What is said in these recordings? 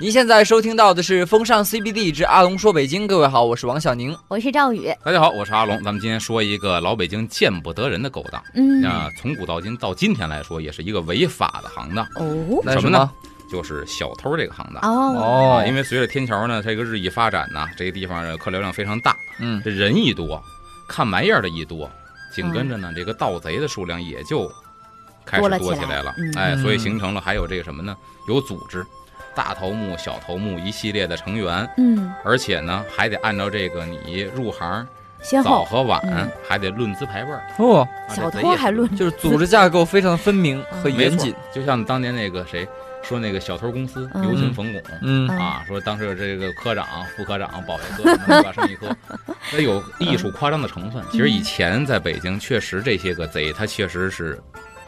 您现在收听到的是《风尚 CBD 之阿龙说北京》，各位好，我是王小宁。我是赵宇，大家好，我是阿龙，咱们今天说一个老北京见不得人的勾当。嗯，啊，从古到今到今天来说，也是一个违法的行当，哦，那是什么呢呢？就是小偷这个行当。哦，哦啊，因为随着天桥呢这个日益发展呢，这个地方的客流量非常大，嗯，这人一多，看玩意儿的一多，紧跟着呢，这个盗贼的数量也就开始多起来了。多了起来哎，所以嗯形成了还有这个什么呢？有组织，大头目、小头目一系列的成员，嗯，而且呢还得按照这个你入行先早后和晚，嗯还得论资排辈儿。哦，啊小这贼偷也还是论就是组织架构非常分明和严谨。就像当年那个谁说那个小偷公司嗯刘军冯巩。嗯嗯啊，说当时这个科长、副科长、保卫科什么把生意科，那有艺术夸张的成分。其实嗯以前在北京，确实这些个贼，他确实是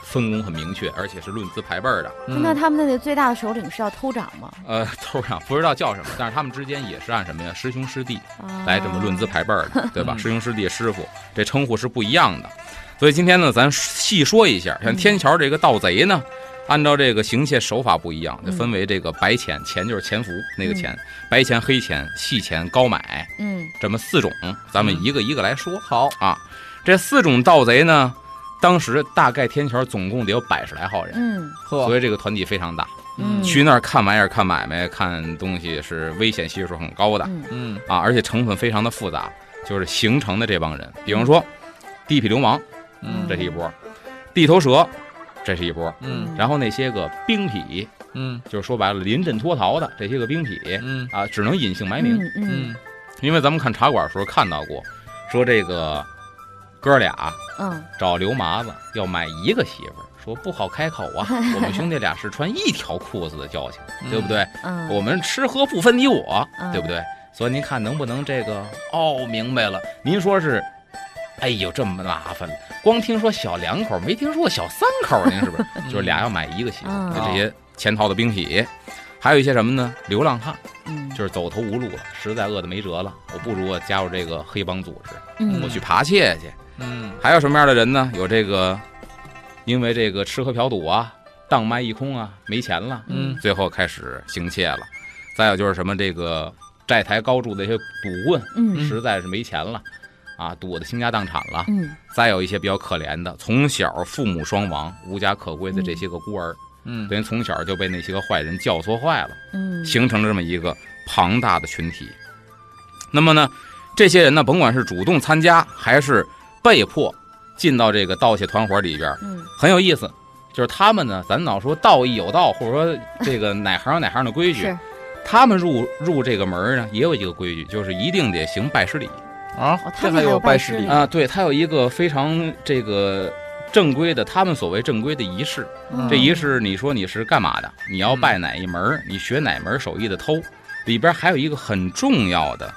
分工很明确，而且是论资排辈儿的。嗯那他们那最大的首领是要偷长吗？呃， 头上不知道叫什么，但是他们之间也是按什么呀，师兄师弟啊来这么论资排辈儿的，对吧嗯？师兄师弟、师傅这称呼是不一样的。所以今天呢，咱细说一下，嗯像天桥这个盗贼呢，按照这个行窃手法不一样，嗯就分为这个白钱，钱就是钱服那个钱，白钱、黑钱、细钱、高买嗯，这么四种，咱们一个一个来说。嗯好，啊，这四种盗贼呢，当时大概天桥总共得有百十来号人，嗯呵，所以这个团体非常大。嗯去那儿看玩意儿、看买卖、看东西是危险系数很高的嗯嗯啊，而且成分非常的复杂，就是形成的这帮人，比方说地痞流氓嗯这是一波，地头蛇这是一波，嗯然后那些个兵痞，嗯就是说白了临阵脱逃的这些个兵痞嗯啊，只能隐姓埋名，嗯嗯嗯因为咱们看茶馆的时候看到过，说这个哥俩嗯，找刘麻子要买一个媳妇儿，说不好开口 啊，我们兄弟俩是穿一条裤子的交情，对不对？嗯我们吃喝不分你我，嗯哦对不对？所以您看能不能这个？哦，明白了，您说是。哎呦，这么麻烦！光听说小两口，没听说过小三口，您是 不是？就是俩要买一个媳妇嗯儿，就这些潜逃的兵痞，还有一些什么呢？流浪汉，嗯就是走投无路了，实在饿得没辙了，我不如我加入这个黑帮组织，嗯我去扒窃去。嗯还有什么样的人呢？有这个，因为这个吃喝嫖赌啊，荡卖一空啊，没钱了，嗯最后开始行窃了。再有就是什么这个债台高筑的一些赌棍，嗯实在是没钱了，啊，赌的倾家荡产了。嗯再有一些比较可怜的，从小父母双亡、无家可归的这些个孤儿，嗯等于从小就被那些个坏人教唆坏了，嗯，形成了这么一个庞大的群体。那么呢，这些人呢，甭管是主动参加还是被迫进到这个盗窃团伙里边儿，嗯很有意思。就是他们呢，咱老说道义有道，或者说 这个哪行有哪行的规矩是，他们入入这个门儿呢，也有一个规矩，就是一定得行拜师礼啊哦，他这们还有有拜拜师师礼礼啊。对，他有一个非常这个正规的，他们所谓正规的仪式。嗯这仪式，你说你是干嘛的？你要拜哪一门儿？你学哪门儿手艺的偷？里边还有一个很重要的，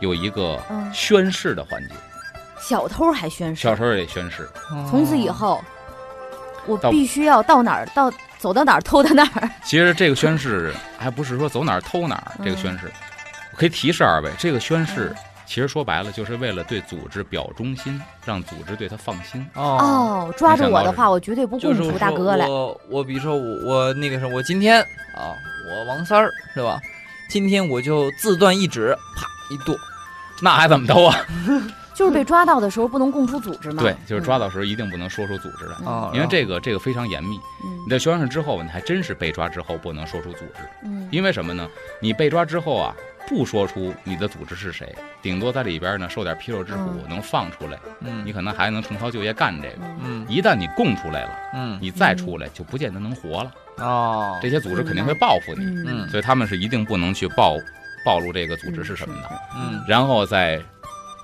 有一个嗯宣誓的环节。小偷还宣誓小，时候也宣誓，从此以后我到必须要到哪儿到走到哪儿偷到哪儿，其实这个宣誓还不是说走哪儿偷哪儿。这个宣誓，我可以提示二位，这个宣誓其实说白了就是为了对组织表忠心，让组织对他放心。哦。哦，抓住我的你想到话，我绝对不就供是出大哥来，我我比如说我我那个什么，我今天啊，我王三儿是吧？今天我就自断一指，啪一剁。那还怎么偷啊？就是被抓到的时候不能供出组织嘛，对，就是抓到时候一定不能说出组织来，啊，因为这个这个非常严密。嗯，你在宣誓之后，你还真是被抓之后不能说出组织。嗯嗯因为什么呢？你被抓之后啊，不说出你的组织是谁，顶多在里边呢受点皮肉之苦，嗯能放出来，嗯你可能还能重操旧业干这个。嗯嗯一旦你供出来了，嗯你再出来就不见得能活了，哦这些组织肯定会报复你，嗯所以他们是一定不能去暴暴露这个组织是什么的。的，嗯然后再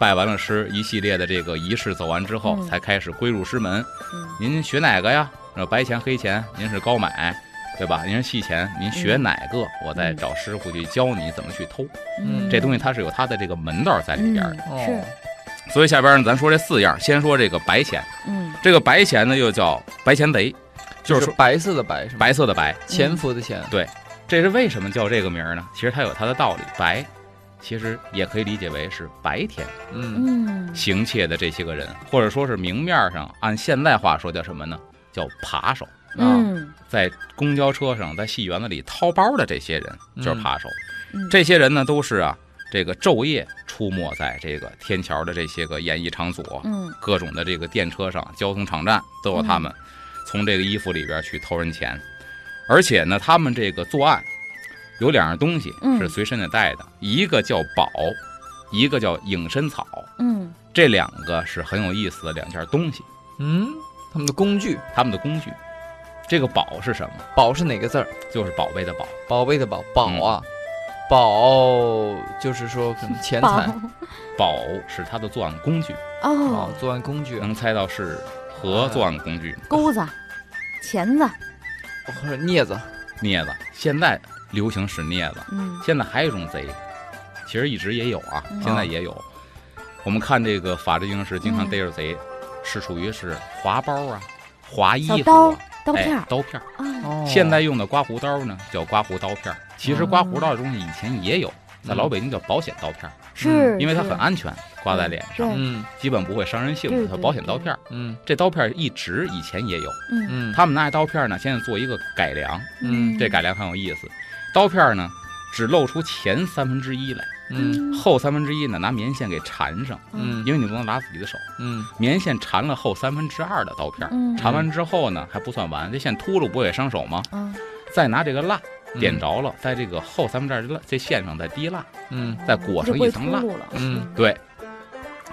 拜完了师，一系列的这个仪式走完之后，嗯才开始归入师门。嗯您学哪个呀？那白钱黑钱，您是高买，对吧？您是细钱，您学哪个？我再找师傅去教你怎么去偷。嗯这东西它是有它的这个门道在里边的。哦嗯是，所以下边呢，咱说这四样，先说这个白钱。嗯这个白钱呢，又叫白钱贼，就是说白色的白是吗？白色的白。潜伏的潜。这是为什么叫这个名儿呢？其实它有它的道理。白，其实也可以理解为是白天嗯嗯行窃的这些个人，或者说是明面上按现在话说叫什么呢？叫扒手。嗯在公交车上、在戏园子里掏包的这些人就是扒手。嗯这些人呢，都是啊，这个昼夜出没在这个天桥的这些个演艺场所、嗯各种的这个电车上、交通场站都有他们，从这个衣服里边去偷人钱。而且呢，他们这个作案有两样东西嗯是随身得带的，一个叫宝，一个叫隐身草。嗯这两个是很有意思的两件东西，嗯，他们的工具他们的工具。这个宝是什么？宝是哪个字儿？就是宝贝的宝。宝贝的宝，宝啊，嗯宝就是说可能钱宝财宝是他的作案工具，啊哦，，作案工具，能猜到是何作案工具？钩子、钳子，嗯或者镊子，镊子。现在流行使镊子，嗯现在还有一种贼，其实一直也有啊，嗯现在也有。我们看这个法制进行时，经常嗯逮着贼，是属于是划包啊、划衣服、小啊、刀刀片哎儿、刀片儿。啊，哦现在用的刮胡刀呢，叫刮胡刀片儿。其实哦刮胡刀这东西以前也有，在嗯老北京叫保险刀片儿，是因为它是很安全，刮在脸上对嗯基本不会伤人性对命，叫对保险刀对片儿。嗯这刀片儿一直以前也有，嗯嗯，他们拿这刀片儿呢，现在做一个改良，嗯这改良很有意思。刀片儿呢，只露出前三分之一来，嗯后三分之一呢拿棉线给缠上，嗯因为你不能拉自己的手，嗯棉线缠了后三分之二的刀片儿，嗯缠完之后呢还不算完，这线秃噜不会伤手吗？嗯再拿这个蜡嗯点着了，在这个后三分之二的蜡这线上再滴蜡，嗯再裹就上不一会层秃蜡，噜了，嗯对，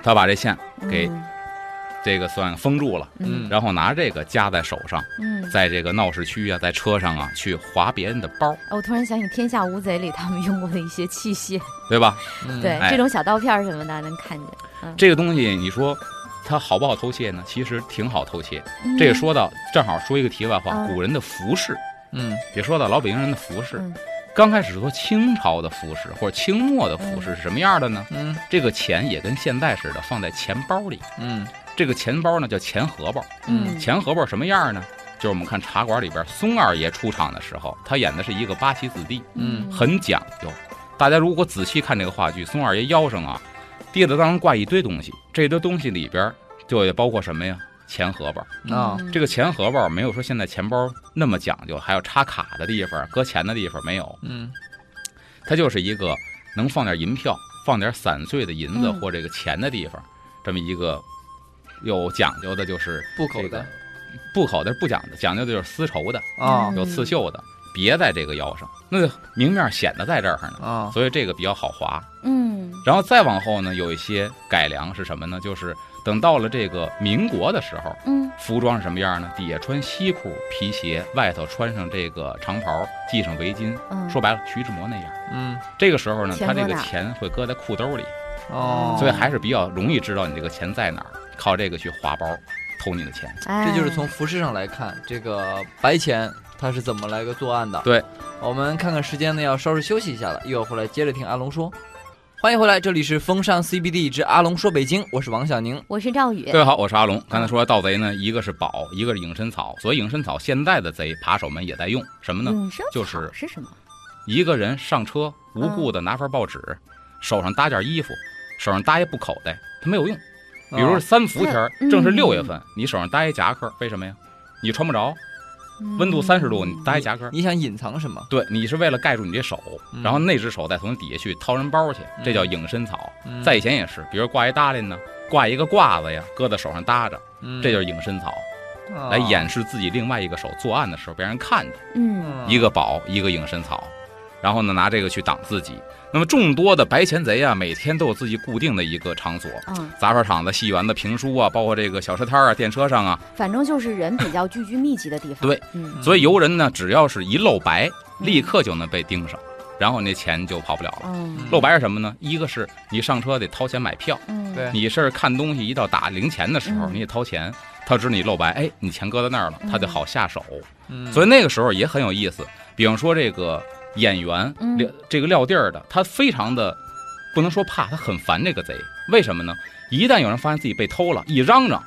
他把这线嗯给这个算封住了，嗯然后拿这个夹在手上。嗯，在这个闹市区啊，在车上啊，去划别人的包，哎我突然想起《天下无贼》里他们用过的一些器械，对吧？嗯对哎这种小刀片儿什么的能看见。这个东西，你说它好不好偷窃呢？其实挺好偷窃。嗯这个说到，正好说一个题外话，嗯古人的服饰，嗯也说到老北京人的服饰嗯。刚开始说清朝的服饰或者清末的服饰是什么样的呢？嗯这个钱也跟现在似的，放在钱包里。嗯这个钱包呢叫钱荷包，嗯钱荷包什么样呢？就是我们看茶馆里边松二爷出场的时候，他演的是一个巴西子弟，嗯很讲究。大家如果仔细看这个话剧，松二爷腰上啊，提了当挂一堆东西，这堆东西里边儿就也包括什么呀？钱荷包。啊嗯这个钱荷包没有说现在钱包那么讲究，还有插卡的地方、搁钱的地方没有，嗯它就是一个能放点银票、放点散碎的银子嗯或这个钱的地方，这么一个有讲究的，就是不口这袋个不口的不讲究，讲究的就是丝绸的，啊有刺绣的，别在这个腰上，那就明面显得在这儿呢。啊所以这个比较好划。嗯然后再往后呢，有一些改良是什么呢？就是等到了这个民国的时候，嗯服装是什么样呢？底下穿西裤、皮鞋，外头穿上这个长袍，系上围巾。嗯，说白了，徐志摩那样。嗯这个时候呢，钱他这个搁哪儿钱会搁在裤兜里，哦，所以还是比较容易知道你这个钱在哪儿，靠这个去划包偷你的钱。这就是哎从服饰上来看，这个白钱它是怎么来个作案的？对，我们看看时间呢，要稍事休息一下了，一会儿回来接着听阿龙说。欢迎回来，这里是风尚 CBD 之阿龙说北京，我是王小宁。我是赵宇各，位好，我是阿嗯龙。刚才说盗贼呢，一个是宝，一个是隐身草。所以隐身草现在的贼扒手们也在用什么呢？隐身就是嗯草是什么？一个人上车，无故的拿份报嗯纸，手上搭件衣服，手上搭一布口袋，它没有用。比如说啊三伏天儿，哦嗯正是六月份，你手上搭一夹克，为什么呀？你穿不着，嗯温度三十度，你搭一夹克。啊你想隐藏什么？对，你是为了盖住你这手，嗯然后那只手再从底下去掏人包去，这叫隐身草。嗯在以前也是，比如挂一搭链呢，挂一个挂子呀，搁在手上搭着，嗯这就是隐身草，啊来掩饰自己另外一个手作案的时候被人看见。嗯嗯一个宝，一个隐身草，然后呢拿这个去挡自己。那么众多的白钱贼啊，每天都有自己固定的一个场所，嗯，杂货厂子、戏园子、评书啊，包括这个小吃摊儿啊、电车上啊。反正就是人比较聚居密集的地方。对，嗯所以游人呢，只要是一露白，嗯立刻就能被盯上，然后那钱就跑不了了。嗯露白是什么呢？一个是你上车得掏钱买票，嗯，对你是看东西一到打零钱的时候，嗯你得掏钱。他知你露白，哎，你钱搁在那儿了，他就好下手。嗯所以那个时候也很有意思。比方说这个演员，嗯撂这个撂地儿的，他非常的不能说怕，他很烦这个贼。为什么呢？一旦有人发现自己被偷了，一嚷嚷，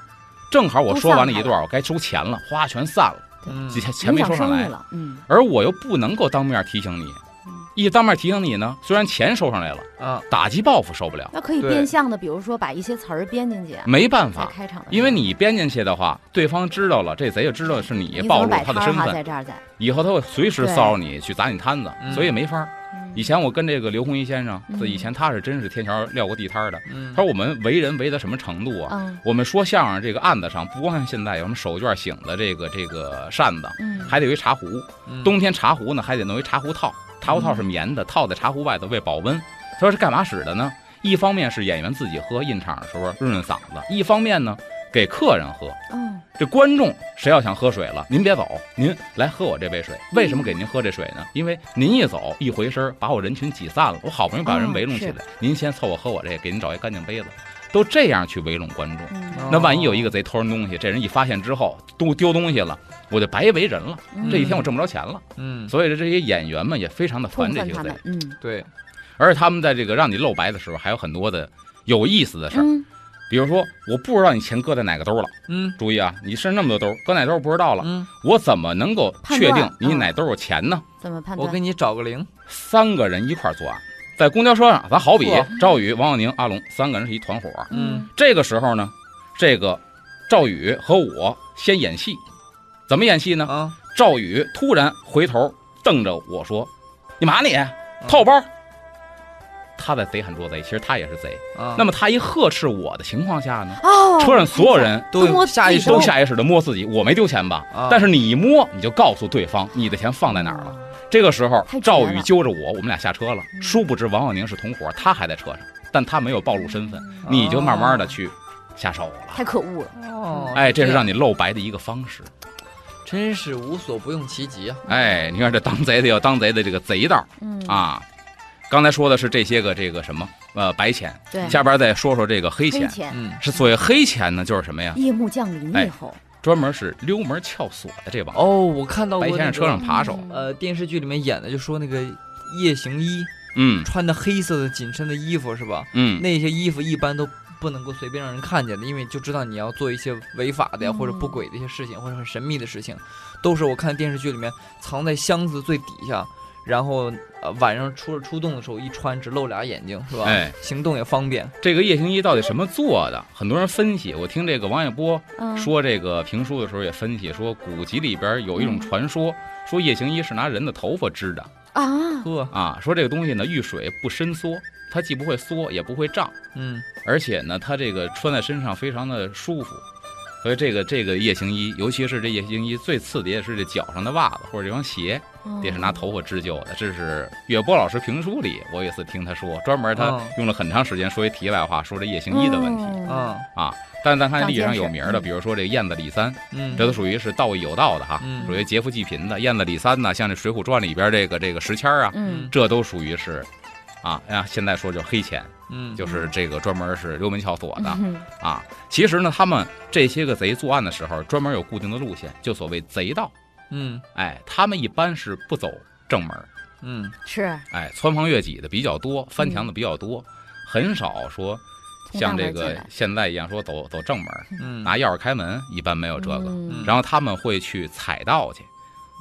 正好我都说散完了开一段，我该收钱了，哗全散了，嗯钱钱没影响收上生意来。了，嗯而我又不能够当面提醒你嗯，一当面提醒你呢，虽然钱收上来了，啊，打击报复受不了，那可以对变相的，比如说把一些词儿编进去啊，没办在法，开场的时候，因为你编进去的话，对方知道了，这贼就知道是你你暴总露摆他摊的儿身哈，份，在这儿在，以后他会随时骚扰你，去砸你摊子，嗯所以没法儿。嗯以前我跟这个刘洪一先生，嗯这以前他是真是天桥撂过地摊儿的，嗯他，说我们为人为到什么程度啊？嗯我们说相声这个案子上，不光像现在有什么手绢醒的这个这个扇子，嗯，还得有一茶壶，嗯冬天茶壶呢还得弄一茶壶套，茶壶套是棉的，套在茶壶外头为保温。他说是干嘛使的呢？一方面是演员自己喝，印场的时候润润嗓子；一方面呢给客人喝。嗯这观众谁要想喝水了，您别走，您来喝我这杯水。为什么给您喝这水呢？因为您一走一回身，把我人群挤散了，我好不容易把人围拢起来，您先凑合喝我这，给您找一干净杯子，都这样去围拢观众。嗯那万一有一个贼偷人东西，这人一发现之后都丢东西了，我就白为人了。嗯，这一天我挣不着钱了，嗯，所以这些演员们也非常的痛烦这恨些他贼们，，嗯对，而且他们在这个让你露白的时候，还有很多的有意思的事儿，嗯比如说我不知道你钱搁在哪个兜了，嗯注意啊，你身上那么多兜，搁哪兜不知道了，嗯，我怎么能够确判定断嗯你哪兜有钱呢？怎么判我断？给你找个零，三个人一块儿作案，在公交车上，咱好比嚯赵宇、王小宁、阿龙三个人是一团伙。嗯这个时候呢，这个赵宇和我先演戏，怎么演戏呢？啊，赵宇突然回头瞪着我说：“你嘛嗯你掏我包！”他在贼喊捉贼，其实他也是贼。啊，那么他一呵斥我的情况下呢，哦，车上所有人都摸下自意己识都兜下意识的摸自己，我没丢钱吧？啊但是你一摸，你就告诉对方你的钱放在哪儿了。了？嗯这个时候太，赵绝宇了揪着我，我们俩下车了。嗯殊不知王小宁是同伙，他还在车上，但他没有暴露身份，嗯你就慢慢的去下手了。太可恶了，哦，哎，这是让你你露白的一个方式。真是无所不用其极啊，哎，你看这当贼的有当贼的这个贼道嗯，啊。刚才说的是这些个这个什么呃白钱，对，下边再说说这个黑黑钱。钱，嗯是所谓黑钱呢，就是什么呀？夜幕降临哎以后，专门是溜门撬锁的这帮，哦，我看到过白天那是车上个扒手。嗯呃，电视剧里面演的就说那个夜行衣，嗯穿的黑色的紧身的衣服是吧？嗯，那些衣服一般都不能够随便让人看见的，因为就知道你要做一些违法的呀，嗯或者不轨的一些事情，或者很神秘的事情，都是我看电视剧里面藏在箱子最底下，然后呃晚上出出动的时候一穿只露俩眼睛是吧？哎，行动也方便。这个夜行衣到底什么做的？很多人分析，我听这个王玥波嗯，说这个评书的时候也分析，说古籍里边有一嗯种传说，说夜行衣是拿人的头发织的啊，呵，啊，说这个东西呢遇水不伸缩，它既不会缩也不会胀，嗯，而且呢它这个穿在身上非常的舒服。所以这个这个夜行衣，尤其是这夜行衣最次的也是这脚上的袜子或者这双鞋，嗯也是拿头发织就的。这是岳波老师评书里，我有一次听他说，专门他哦用了很长时间说一题外话，说这夜行衣的问题。嗯啊，啊。但是咱看长历史上见识有名儿的，嗯比如说这个燕子李三，嗯，这都属于是道义有道的哈，嗯属于劫富济贫的。燕子李三呢，像这《水浒传》里边这个这个石谦儿啊，嗯，这都属于是。啊啊！现在说就是黑钱，嗯，就是这个专门是溜门撬锁的嗯啊。其实呢，他们这些个贼作案的时候，专门有固定的路线，就所谓贼道。嗯哎，他们一般是不走正门儿，嗯是哎，穿房越脊的比较多，翻墙的比较多，很少说从像大这门进个来现在一样说走走正门儿，嗯，拿钥匙开门，一般没有这个。嗯然后他们会去踩道去，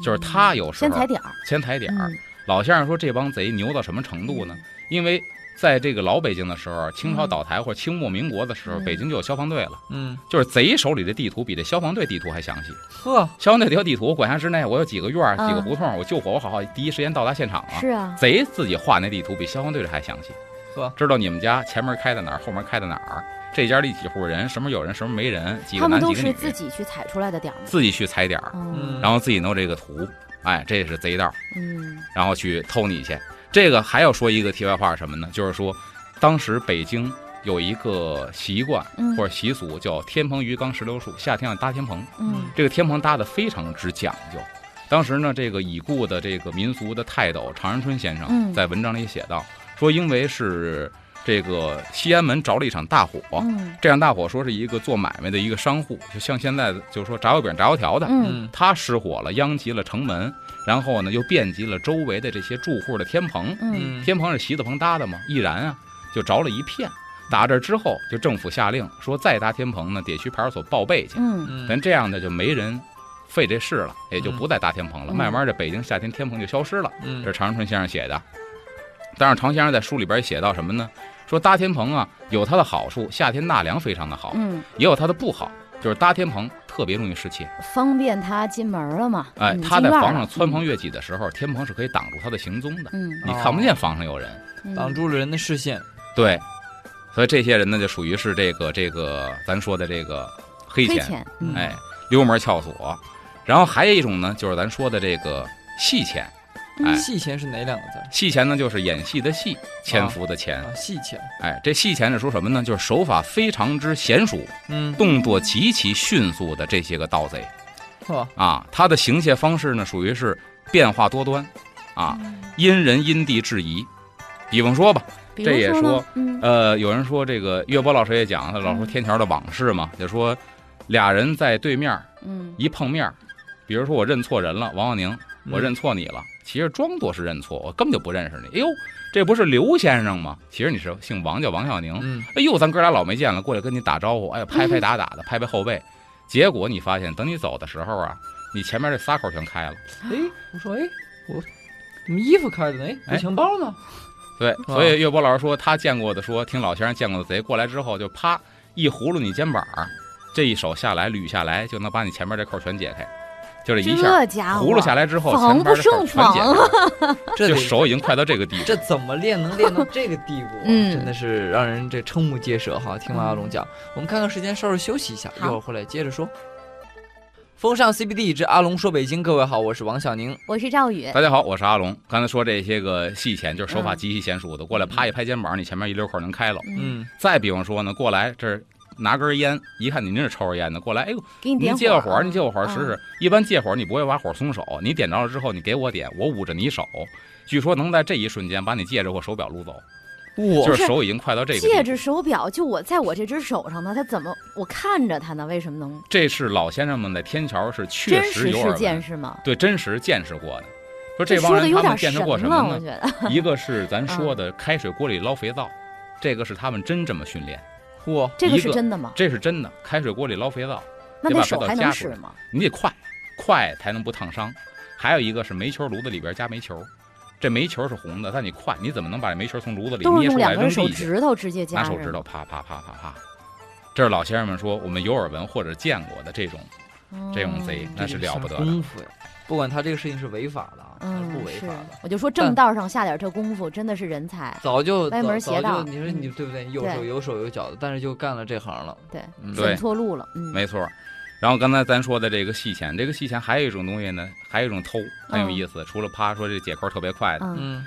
就是他有时先候踩点儿，先踩点儿。嗯老先生说这帮贼牛到什么程度呢？因为在这个老北京的时候，清朝倒台或者清末民国的时候，嗯北京就有消防队了。嗯就是贼手里的地图比这消防队地图还详细。呵，消防队条地图，管辖之内我有几个院儿、几个嗯胡同，我救火，我好好第一时间到达现场啊。是啊，贼自己画那地图比消防队的还详细，呵知道你们家前门开在哪儿，后门开在哪儿，这家里几户人，什么有人，什么没人，几个他们男都几个是女，自己去踩出来的点儿嘛，自己去踩点儿，嗯嗯然后自己弄这个图，哎，这是贼道儿，嗯然后去偷你去。这个还要说一个题外话是什么呢？就是说，当时北京有一个习惯嗯或者习俗叫天棚鱼缸石榴树，夏天要搭天棚。嗯这个天棚搭的非常之讲究。当时呢，这个已故的这个民俗的泰斗常仁春先生嗯在文章里写道，说因为是这个西安门着了一场大火，嗯这场大火说是一个做买卖的一个商户，就像现在就是说炸油饼、炸油条的，嗯嗯他失火了，殃及了城门，然后呢又遍及了周围的这些住户的天棚，嗯嗯，天棚是席子棚搭的嘛，易燃啊，就着了一片。打这之后，就政府下令说，再搭天棚呢，得去派出所报备去。嗯嗯咱这样的就没人费这事了，也就不再搭天棚了。嗯慢慢的，北京夏天天棚就消失了。嗯这是常春春先生写的。但是常先生在书里边也写到什么呢？说搭天棚啊，有它的好处，夏天纳凉非常的好，嗯，也有它的不好，就是搭天棚特别容易湿气。方便他进门了嘛。哎，嗯哦他在房上进蹿，院鹏越脊的时候，天棚是可以挡住他的行踪的，了你看不见房上有人。嗯，挡挡住了人的视线。对，所以这些人呢，就属于是这个这个咱说的这个黑亏钱，钱，嗯哎，溜门撬锁。然后还有一种呢，就是咱说的这个戏钱，哎戏钱是哪两个字儿？戏钱呢就是演戏的戏，潜伏的潜。啊，戏钱。哎，这戏钱是说什么呢？就是手法非常之娴熟，嗯，动作极其迅速的这些个盗贼呵，啊，他的行窃方式呢属于是变化多端，啊，嗯嗯因人因地制宜。比方说吧，比这如也呢说，嗯，呃，有人说这个岳波老师也讲，他老说嗯天桥的往事嘛，就说俩人在对面儿嗯，一碰面儿，比如说我认错人了，王小宁，我嗯认错你了，其实装作是认错，我根本就不认识你。哎呦，这不是刘先生吗？其实你是姓王，叫王小宁。嗯，哎呦，咱哥俩老没见了，过来跟你打招呼，哎呀，拍拍打打的，拍拍后背。结果你发现，等你走的时候啊，你前面这仨口全开了。哎，我说哎，我怎么衣服开着呢？哎，哎我钱包呢？对，哦所以岳波老师说，他见过的说，听老先生见过的贼过来之后，就啪一葫芦你肩膀儿，这一手下来捋下来，就能把你前面这扣全解开，就这一下。这家伙葫芦下来之后，前防面不的扣胜全解开防啊了，这就得手已经快到这个地步。这怎么练能练到这个地步啊、嗯真的是让人这瞠目结舌哈！听完阿龙嗯讲，我们看看时间，稍事休息一下，一好会儿回来接着说。风尚 CBD 之阿龙说北京，各位好，我是王小宁。我是赵宇，大家好，我是阿龙。刚才说这些个细钱，就是手法极其娴熟的，过来啪一拍肩膀，你前面一溜口能开了。嗯，嗯，再比方说呢，过来这儿拿根烟，一看你那是抽着烟的，过来，哎呦，给你您点借个火嗯火，嗯啊儿，您借个火儿试试。一般借火儿你不会把火儿松手，你点着了之后，你给我点，我捂着你手，据说能在这一瞬间把你戒指或手表撸走，我就是是手已经快到这个地步戒指、手表，就我在我这只手上呢，他怎么我看着他呢？为什么能这是老先生们在天桥是确真实实有耳事闻件，是吗？对真实见识过的。说这帮说的人有他们点见神识了，过什么我呢觉？得， 一个是嗯咱说的开水锅里捞肥皂，这个是他们真这么训练，嚯，这个一是个真的吗？这是真的。开水锅里捞肥皂，那得把那肥手皂还夹能出使来吗？你得快，快才能不烫伤。还有一个是煤球炉子里边加煤球，这煤球是红的，但你快，你怎么能把这煤球从炉子里都是捏用出两来扔根手地下？指头直接夹拿着手呢，指头啪啪啪啪啪。这是老先生们说我们有耳闻或者见过的这种这种贼嗯那是了不得的这就是下功夫呀！不管他这个事情是违法的啊，还是不嗯，违是法的，，我就说但正道上下点这功夫，真的是人才。早就歪门早邪早道就你说你嗯对不对？有对手有手有脚的，但是就干了这行了。对嗯对选错路了，嗯，没错。然后刚才咱说的这个细钱，这个细钱还有一种东西呢，还有一种偷，很有嗯意思。除了啪说这解扣特别快的，嗯，嗯，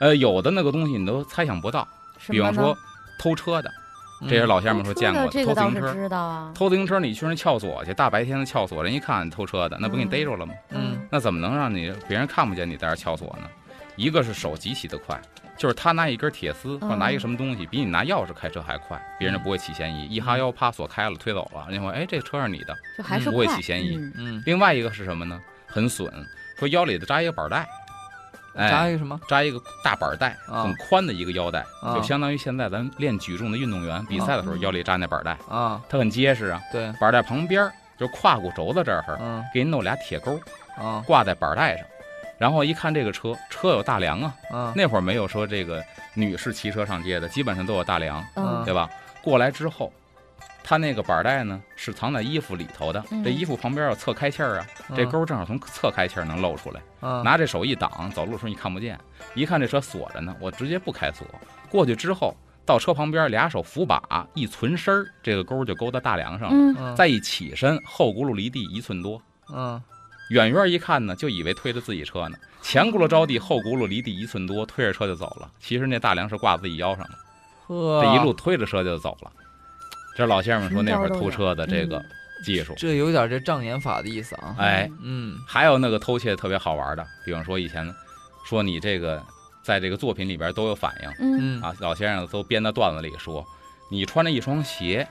呃，有的那个东西你都猜想不到，什比么方呢说偷车的，嗯这是老先生们说见过偷车的这偷个自倒行是车。知道啊，偷自行车，你去人撬锁去，大白天的撬锁，人一看偷车的，那不给你嗯逮着了吗？嗯那怎么能让你别人看不见你在这撬锁呢？一个是手极其的快，就是他拿一根铁嗯丝或者拿一个什么东西，比你拿钥匙开车还快，别人就不会起嫌疑。一哈腰，啪，锁开了，推走了，人家说，哎，这车是你的。就还是嗯不会快起嫌疑嗯嗯，另外一个是什么呢？很损，说腰里头扎一个板带，扎哎，一个什么？扎一个大板带，啊很宽的一个腰带，啊就相当于现在咱练举重的运动员比赛的时候嗯腰里扎那板带，啊，它很结实啊。对，板带旁边儿就胯骨轴子这儿，嗯给你弄俩铁钩啊挂在板带上。然后一看这个车，车有大梁啊，啊，那会儿没有说这个女士骑车上街的，基本上都有大梁，嗯嗯对吧？过来之后，他那个板带呢是藏在衣服里头的，嗯这衣服旁边要侧开气儿啊，嗯这钩正好从侧开气儿能露出来，拿拿这手一挡，走路的时候你看不见。一看这车锁着呢，我直接不开锁，过去之后到车旁边，俩手扶把一存身儿，这个钩就勾到大梁上了。嗯，嗯再一起身，后轱辘离地一寸多，嗯远远一看呢，就以为推着自己车呢，前轱辘着地，后轱辘离地一寸多，推着车就走了。其实那大梁是挂自己腰上的，呵，这一路推着车就走了。这老先生们什么说那招会儿都偷有嗯车的这个技术，这有点这障眼法的意思啊。哎，嗯还有那个偷窃特别好玩的，比方说以前说你这个在这个作品里边都有反应嗯嗯啊，老先生都编到段子里说，你穿着一双鞋，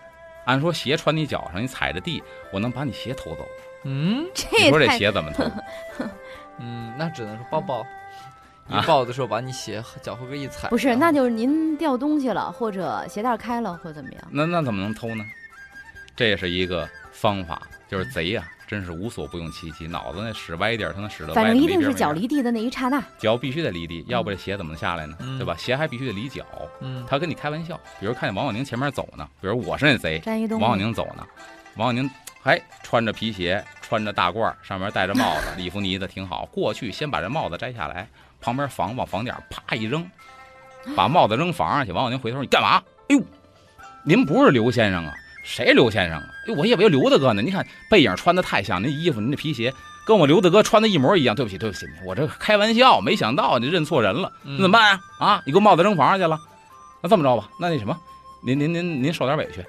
按说鞋穿你脚上，你踩着地，我能把你鞋偷 走。嗯这你也说这太鞋怎么偷？嗯，那只能是抱抱。啊一抱的时候把你鞋脚后跟一踩，不是，然后那就是您掉东西了，或者鞋带开了，或者怎么样？那那怎么能偷呢？这也是一个方法，就是贼呀、真是无所不用其极，脑子那使歪一点儿，他能使得歪反的正呃没一边儿定没是沿脚儿离嗯地的那一刹那，脚必须得离地，要不这鞋怎么能下来呢？嗯对吧？鞋还必须得离脚。嗯，他跟你开玩笑，比如看见王小宁前面走呢，比如我是那贼，詹一东王小宁走呢，王小宁哎穿着皮鞋，穿着大褂儿，上面戴着帽子，礼服呢子挺好。过去先把这帽子摘下来，旁边房往房顶儿啪一扔，把帽子扔房上去。王小宁回头，你干嘛？哎呦，您不是刘先生啊？谁刘先生啊？哎，我以为刘大哥呢。您看背影穿的太像，您衣服，您这皮鞋跟我刘大哥穿的一模一样。对不起，对不起，我这开玩笑，没想到你认错人了。嗯那怎么？办啊？啊，你给我帽子扔房上去了，那这么着吧，那那什么，您您您您受点委屈，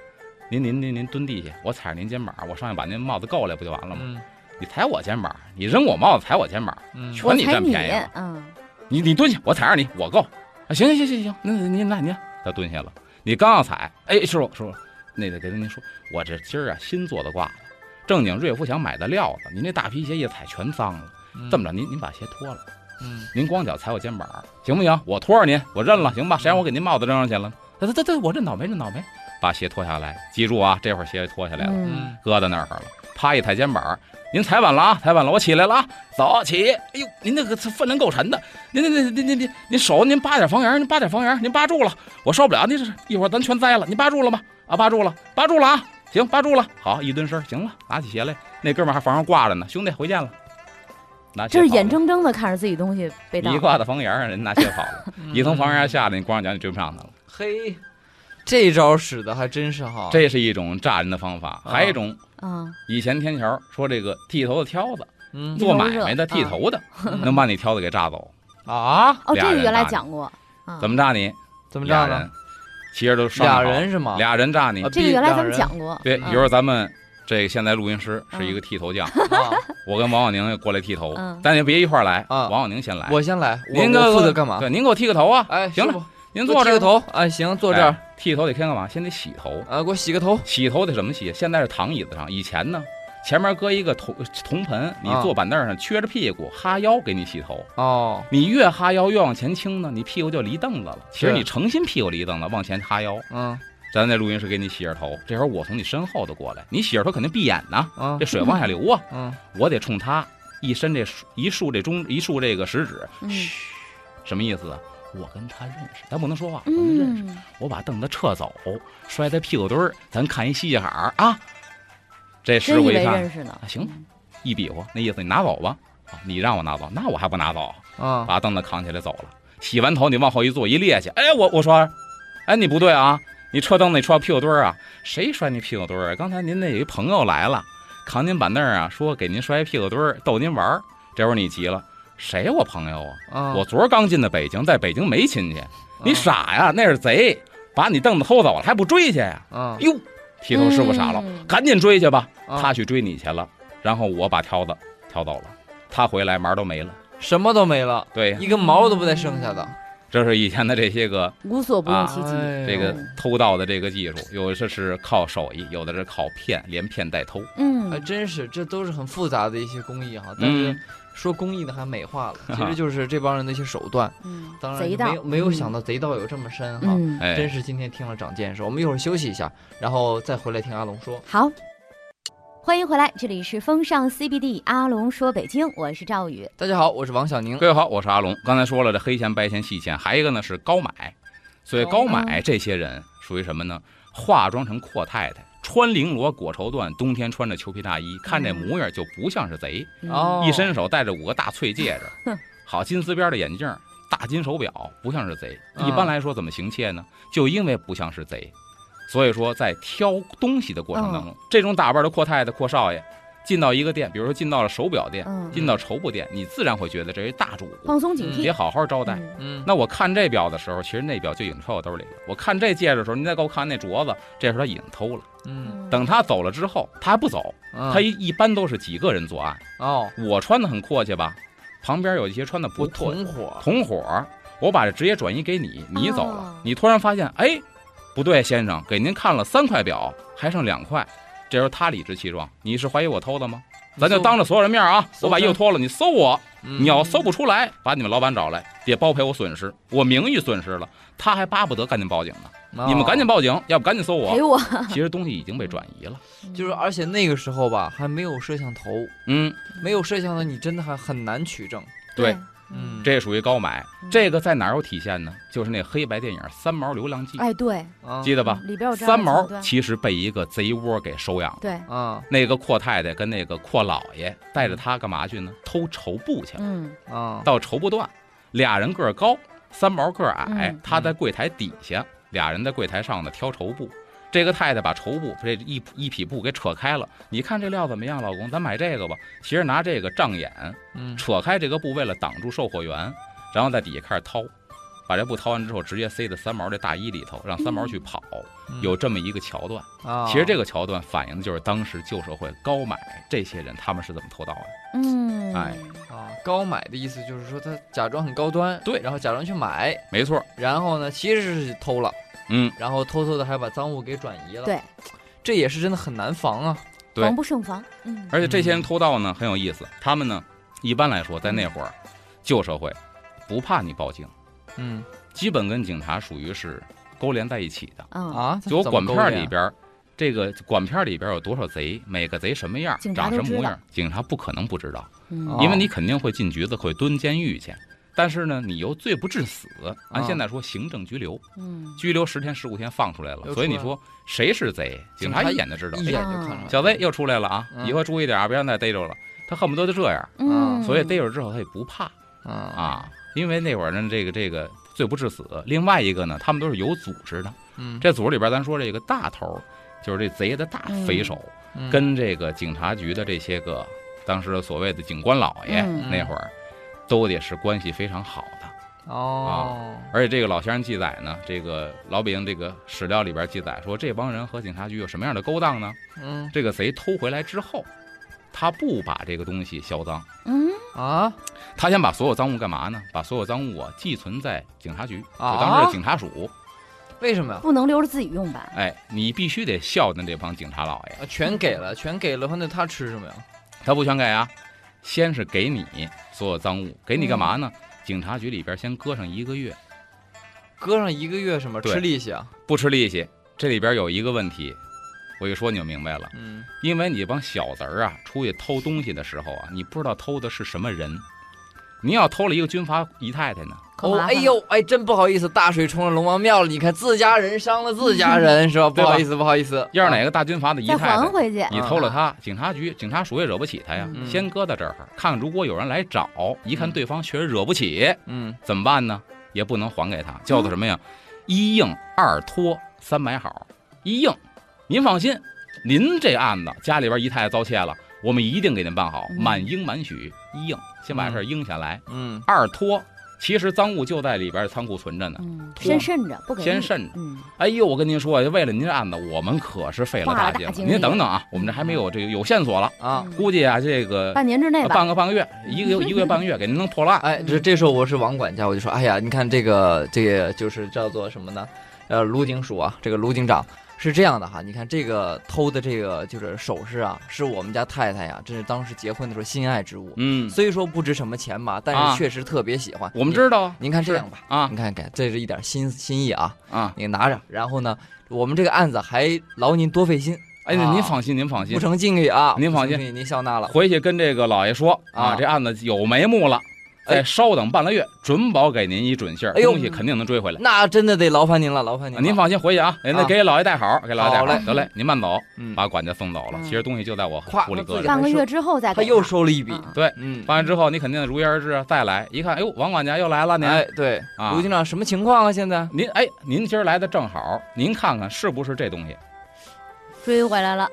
您您您您蹲地下，我踩着您肩膀，我上去把您帽子够来不就完了吗？嗯你踩我肩膀，你扔我帽子踩我肩膀，嗯全我管你踩占你便宜啊，嗯，你你蹲下，我踩着你，我够。啊，行行行行行，那您那您他蹲下了，你刚要踩，哎，师傅师傅，那个给您说，我这今儿啊新做的褂子，正经瑞福祥买的料子，您这大皮鞋一踩全脏了。这么着，您您把鞋脱了。嗯您光脚踩我肩膀儿，行不行？我拖着您，我认了，行吧？谁让我给您帽子扔上去了？呃这这这，我认倒霉，认倒霉。把鞋脱下来，记住啊，这会儿鞋脱下来了，嗯，嗯搁在那儿了。啪一抬肩膀儿，您踩稳了啊，踩稳了，我起来了啊，走起。哎呦，您那个分量够沉的，您您您您您您您手您扒点房檐儿，您扒点房檐儿，您扒住了，我受不了，您这是一会儿咱全栽了，您扒住了吗？啊，扒住了，扒住了啊，行，扒住了，好，一蹲身儿，行了，拿起鞋来，那哥们儿还房上挂着呢，兄弟，回见了。拿鞋这是跑眼了睁睁的看着自己东西被盗你一，挂到房檐上，人拿鞋跑了，嗯一从房啊檐下来，你光着脚你追不上他了。嘿，这招使的还真是哈，这是一种炸人的方法，啊还有一种，嗯，以前天桥说这个剃头的挑子，嗯做买卖的剃头的，嗯能把你挑子给炸走。啊，哦，这俩个人原来打讲过，啊怎，么炸你？怎么俩着呢？人，骑着都上俩好，人是吗？俩人炸你啊。这个原来咱比们两讲过，对，嗯一会儿咱们这个现在录音师是一个剃头匠，啊 我跟王小宁也过来剃头嗯，咱也别一块儿来，啊王小宁先来。我先来，我您给我我负责干嘛？对，您给我剃个头啊！哎，行了师傅，您您坐这个儿吧，头，哎，行，坐这儿，哎剃头得先干嘛？先得洗头。啊，给我洗个头，洗头得怎么洗？现在是躺椅子上，以前呢，前面搁一个铜铜盆，你坐板凳上撅着屁股哈腰给你洗头。哦，你越哈腰越往前倾呢，你屁股就离凳子了。其实是你诚心屁股离凳子，往前哈腰。嗯咱在录音室给你洗着头，这会儿我从你身后头过来，你洗着头肯定闭眼呐，嗯这水往下流啊，嗯，我得冲他一伸这一竖这中一竖这个食指，嗯嘘，什么意思啊？我跟他认识，咱不能说话，我们认识。嗯，我把凳子撤走，摔在屁股墩儿，咱看一嘻嘻哈儿啊。这师真以傅一为看，认识呢嗯啊，行，一比划，那意思你拿走吧。啊你让我拿走，那我还不拿走？啊，把凳子扛起来走了。洗完头，你往后一坐，一趔趄，哎，我我说，哎，你不对啊，你撤凳子，你撤到屁股墩儿啊？谁摔你屁股墩儿啊？刚才您那有一朋友来了，扛您板凳儿啊，说给您摔屁股墩儿，逗您玩儿。这会儿你急了，谁我朋友啊？啊我昨儿刚进的北京，在北京没亲戚。你啊傻呀，那是贼，把你凳子偷走了，还不追去呀？啊，哟，剃头师傅傻了，嗯赶紧追去吧。啊他去追你去了，然后我把挑子挑走了，他回来毛儿都没了。什么都没了，对呀，一根毛都不带剩下的，这是以前的这些个无所不用其极，哎呦这个偷盗的这个技术，有的是靠手艺，有的是靠骗，连骗带偷。还嗯，哎真是，这都是很复杂的一些工艺哈，但是嗯说工艺呢还美化了，其实就是这帮人的一些手段，嗯当然贼就盗没有没有想到贼道有这么深哈，嗯，哎，真是今天听了长见识。我们一会儿休息一下，然后再回来听阿龙说。好。欢迎回来，这里是风尚 CBD，阿龙说北京，我是赵宇。大家好，我是王小宁。各位好，我是阿龙。刚才说了这黑钱、白钱、细钱，还有一个呢是高买。所以高哦买这些人属于什么呢？化妆成阔太太，穿绫罗裹绸缎，冬天穿着裘皮大衣，看这模样就不像是贼。嗯哦，一伸手戴着五个大翠戒指，好金丝边的眼镜，大金手表，不像是贼。嗯一般来说怎么行窃呢？就因为不像是贼，所以说在挑东西的过程当哦中，这种打扮的阔太太、阔少爷，进到一个店，比如说进到了手表店，嗯，进到绸布店，你自然会觉得这是大主顾，放松警得惕。好好招待。哦嗯嗯，那我看这表的时候，其实那表就已经揣我兜里了。我看这戒指的时候，您再给我看那镯子，这时候他已经偷了。嗯，等他走了之后，他还不走，嗯他一一般都是几个人作案。哦，我穿的很阔气吧，旁边有一些穿的不我错同伙，同伙儿，我把这职业转移给你，你走了哦，你突然发现，哎，不对，先生，给您看了三块表，还剩两块，这时候他理直气壮，你是怀疑我偷的吗？咱就当着所有人面啊，搜我把衣服身脱了，你搜我，你嗯你要搜不出来，把你们老板找来，也包赔我损失，我名誉损失了，他还巴不得赶紧报警呢。哦哦你们赶紧报警，要不赶紧搜赔我。我，嗯其实东西已经被转移了。就是，而且那个时候吧，还没有摄像头，嗯，没有摄像头，你真的还很难取证。对，，嗯，这属于高买嗯。这个在哪儿有体现呢？就是那黑白电影《三毛流浪记》，哎对，嗯啊记得吧？里边有这样的三毛桥段其实被一个贼窝给收养了。对，啊那个阔太太跟那个阔老爷带着他干嘛去呢？偷绸布去了。嗯啊，到绸布段，俩人个儿高，三毛个儿矮，嗯他在柜台底下，俩人在柜台上呢挑绸布。这个太太把绸布这一一匹布给扯开了，你看这料怎么样，老公？咱买这个吧。其实拿这个障眼嗯扯开这个布，为了挡住售货员，然后在底下开始掏，把这布掏完之后，直接塞到三毛这大衣里头，让三毛去跑。嗯有这么一个桥段，啊， 其实这个个桥段反映的就是当时旧社会高买这些人他们是怎么偷盗的。嗯，哎，啊，高买的意思就是说他假装很高端，对然后假装去买，没错，然后呢其实是偷了，嗯，然后偷偷的还把赃物给转移了。对，这也是真的很难防啊。对防不胜防，嗯而且这些人偷盗呢很有意思，他们呢一般来说在那会儿旧社会不怕你报警，嗯基本跟警察属于是勾连在一起的。啊，啊，就我怎么嗯管勾片儿连里边儿，这个管片儿里边儿有多少贼，每个贼什么样警，察长都什么知模道样，警察不可能不知道，嗯哦因为你肯定会进局子，会蹲监狱去。但是呢，你又罪不至死，按啊现在说行政拘留，嗯，拘留十天十五天放出来又了，所以出你来说谁是贼，警察警察一眼就知道。一哎眼呀，就看出来了小贼又出来了啊，嗯以后注意点啊，别让再逮着了。他恨不得就这样，嗯，啊所以逮着之后他也不怕啊啊，因为那会儿呢，这个这个罪不至死。另外一个呢，他们都是有组织的，嗯，这组织里边，咱说这个大头儿，就是这贼的大匪首，嗯跟这个警察局的这些个当时的所谓的警官老爷、嗯那会儿，都得是关系非常好的。哦而且这个老先生记载呢，这个老北京这个史料里边记载说，这帮人和警察局有什么样的勾当呢？嗯这个贼偷回来之后，他不把这个东西销赃，嗯啊他先把所有赃物干嘛呢？把所有赃物啊寄存在警察局，啊就当时的警察署。为什么呀？不能留着自己用吧，哎，你必须得孝敬这帮警察老爷，啊，全给了，全给了，那他吃什么呀？他不全给啊，先是给你所有赃物，给你干嘛呢？嗯警察局里边先搁上一个月，搁上一个月什么对吃利息啊？不吃利息。这里边有一个问题，我一说你就明白了。嗯，因为你这帮小贼儿啊，出去偷东西的时候啊，你不知道偷的是什么人。您要偷了一个军阀姨太太呢，可哦，麻烦哎了，呦，哎，真不好意思，大水冲了龙王庙了，你看自家人伤了自家 人是吧？不对吧好意思，不好意思，啊要是哪个大军阀的姨再太还太，回去，你偷了她，警察局、警察署也惹不起她呀。嗯先搁到这儿，看看如果有人来找，一看嗯对方确实惹不起，嗯，怎么办呢？也不能还给他，叫做什么呀？一应二托三买好。一应，您放心，您这案子家里边姨太太遭窃了，我们一定给您办好，嗯满应满许。一应，先把这事儿应下来。嗯，二拖，其实赃物就在里边仓库存着呢。嗯，脱先慎着，不给力，先慎着嗯，哎呦，我跟您说，为了您这案子，我们可是费了花了大劲大了。精力您等等啊，我们这还没有这个有线索了，啊，嗯估计啊这个半年之内吧，半个半个月，一个一个月半个月给您能破了案。 哎，这这时候我是王管家，我就说，哎呀，你看这个这个就是叫做什么呢？呃，卢警署啊，这个卢警长是这样的哈，你看这个偷的这个就是首饰啊，是我们家太太呀、这是当时结婚的时候心爱之物，嗯，虽说不值什么钱吧，但啊是确实特别喜欢。我们知道啊您看这样吧，啊你看看，这是一点心心意啊，啊，你拿着。然后呢，我们这个案子还劳您多费心，哎，啊您放心，您放心不，成敬意啊。您放不心成敬意，您笑纳了。回去跟这个老爷说啊，啊这案子有眉目了，哎再稍等半个月，准保给您一准信儿，哎呦东西肯定能追回来。那真的得劳烦您了，劳烦您了。您放心，回去啊，那啊给老爷带好，给老爷带好嘞得嘞，您慢走，嗯，把管家送走了。嗯其实东西就在我咵屋里搁我自着己。半个月之后再他给又收了一笔。啊对，嗯，办完之后，你肯定如约而至啊，再来一看，哎呦，王管家又来了，您、哎，对，啊卢警长什么情况啊？现在您哎，您今儿来的正好，您看看是不是这东西？追回来了，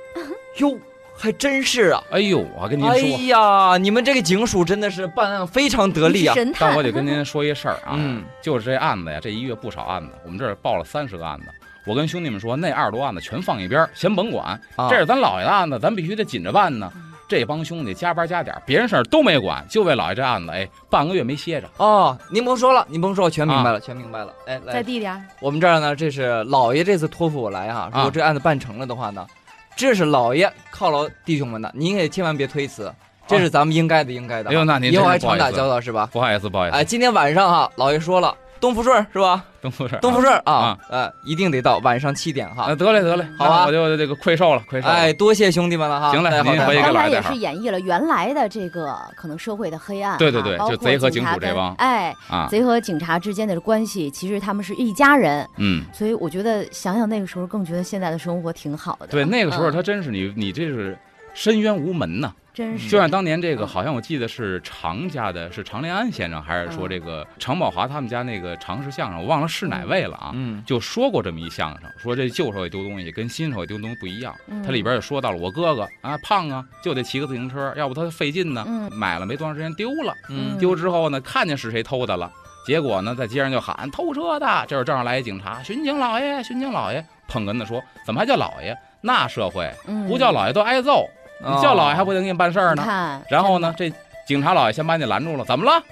哟，还真是啊。哎呦，我跟您哎说，呀，你们这个警署真的是办案非常得力啊你是。神但探我得跟您说一事儿啊，嗯就是这案子呀，这一月不少案子，我们这儿报了三十个案子。我跟兄弟们说，那二十多案子全放一边儿，先甭管，啊这是咱老爷的案子，咱必须得紧着办呢嗯。这帮兄弟加班加点儿，别人事儿都没管，就为老爷这案子，哎，半个月没歇着。哦，您甭说了，您甭说，我全明白了，全明白了。哎，来再，递点儿，我们这儿呢，这是老爷这次托付我来哈、如啊果这案子办成了的话呢，这是老爷犒劳弟兄们的，您也千万别推辞。这是咱们应该的，应该的。啊哎呦那您以后还真是不好常打意思交道是吧？不好意思，不好意哎，思，今天晚上哈，老爷说了，东福顺是吧？东富士，东福士顺啊啊，呃，一定得到晚上七点哈啊，。得嘞得嘞，好那啊我就这个愧受了，愧受了。哎，多谢兄弟们了哈。行了大家好您大家回好一个呃刚老才人也哈是演绎了原来的这个可能社会的黑暗啊，对对对包括就贼和警警察匪这跟帮哎，啊，贼和警察之间的关系，其实他们是一家人，嗯，所以我觉得想想那个时候，更觉得现在的生活挺好的。对，那个时候嗯他真是你，你这是深渊无门呐。真是就像当年这个，嗯好像我记得是常家的，是常连安先生，还是说嗯这个常宝华他们家那个常识相声，我忘了是哪位了啊。嗯，就说过这么一相声，说这旧社会丢东西跟新社会丢东西不一样。嗯它里边也说到了，我哥哥啊胖啊，就得骑个自行车，要不他费劲呢。嗯买了没多长时间丢了，嗯丢之后呢，看见是谁偷的了，结果呢，在街上就喊偷车的。这时候正好来一警察，巡警老爷，巡警老爷，捧哏的说，怎么还叫老爷？那社会不叫老爷都挨揍，嗯你叫老爷还哦不得给你办事嗯儿你呢。看，然后呢，这警察老爷先把你拦住了，怎么了？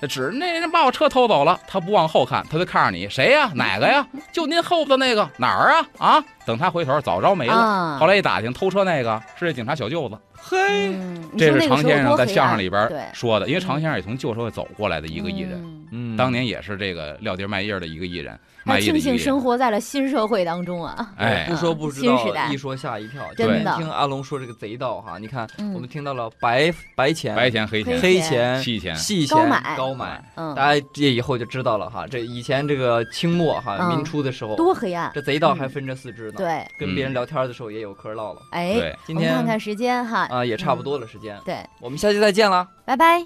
这指那人把我车偷走了，他不往后看，他就看着你，谁呀？嗯哪 个呀？就您后边的那个哪儿啊？啊！等他回头，早着没真的了。啊，后来一打听，偷车那个是这警察小舅子，嘿，嗯，你这说那个是常时候先生多在黑相声暗里边对说的，因为常嗯先生也从旧社会走过来的一个艺人，嗯嗯当年也是这个撂地卖艺儿的一个艺人，卖那艺的庆一个艺幸人。生活在了新社会当中啊。哎不，说不知新时道，代一说吓一跳。真今天的听阿龙说这个贼道哈，你看嗯我们听到了白白钱、白钱黑钱黑黑钱、七钱，细钱、高买高买，嗯，大家这以后就知道了哈。这以前这个清末哈，嗯民初的时候，多黑暗。这贼道还分着四支呢。对，跟嗯别人聊天的时候也有嗑唠了。哎，对。啊今我们天看看时间哈，啊也差不多了，时间。嗯对，我们下期再见啦。拜拜。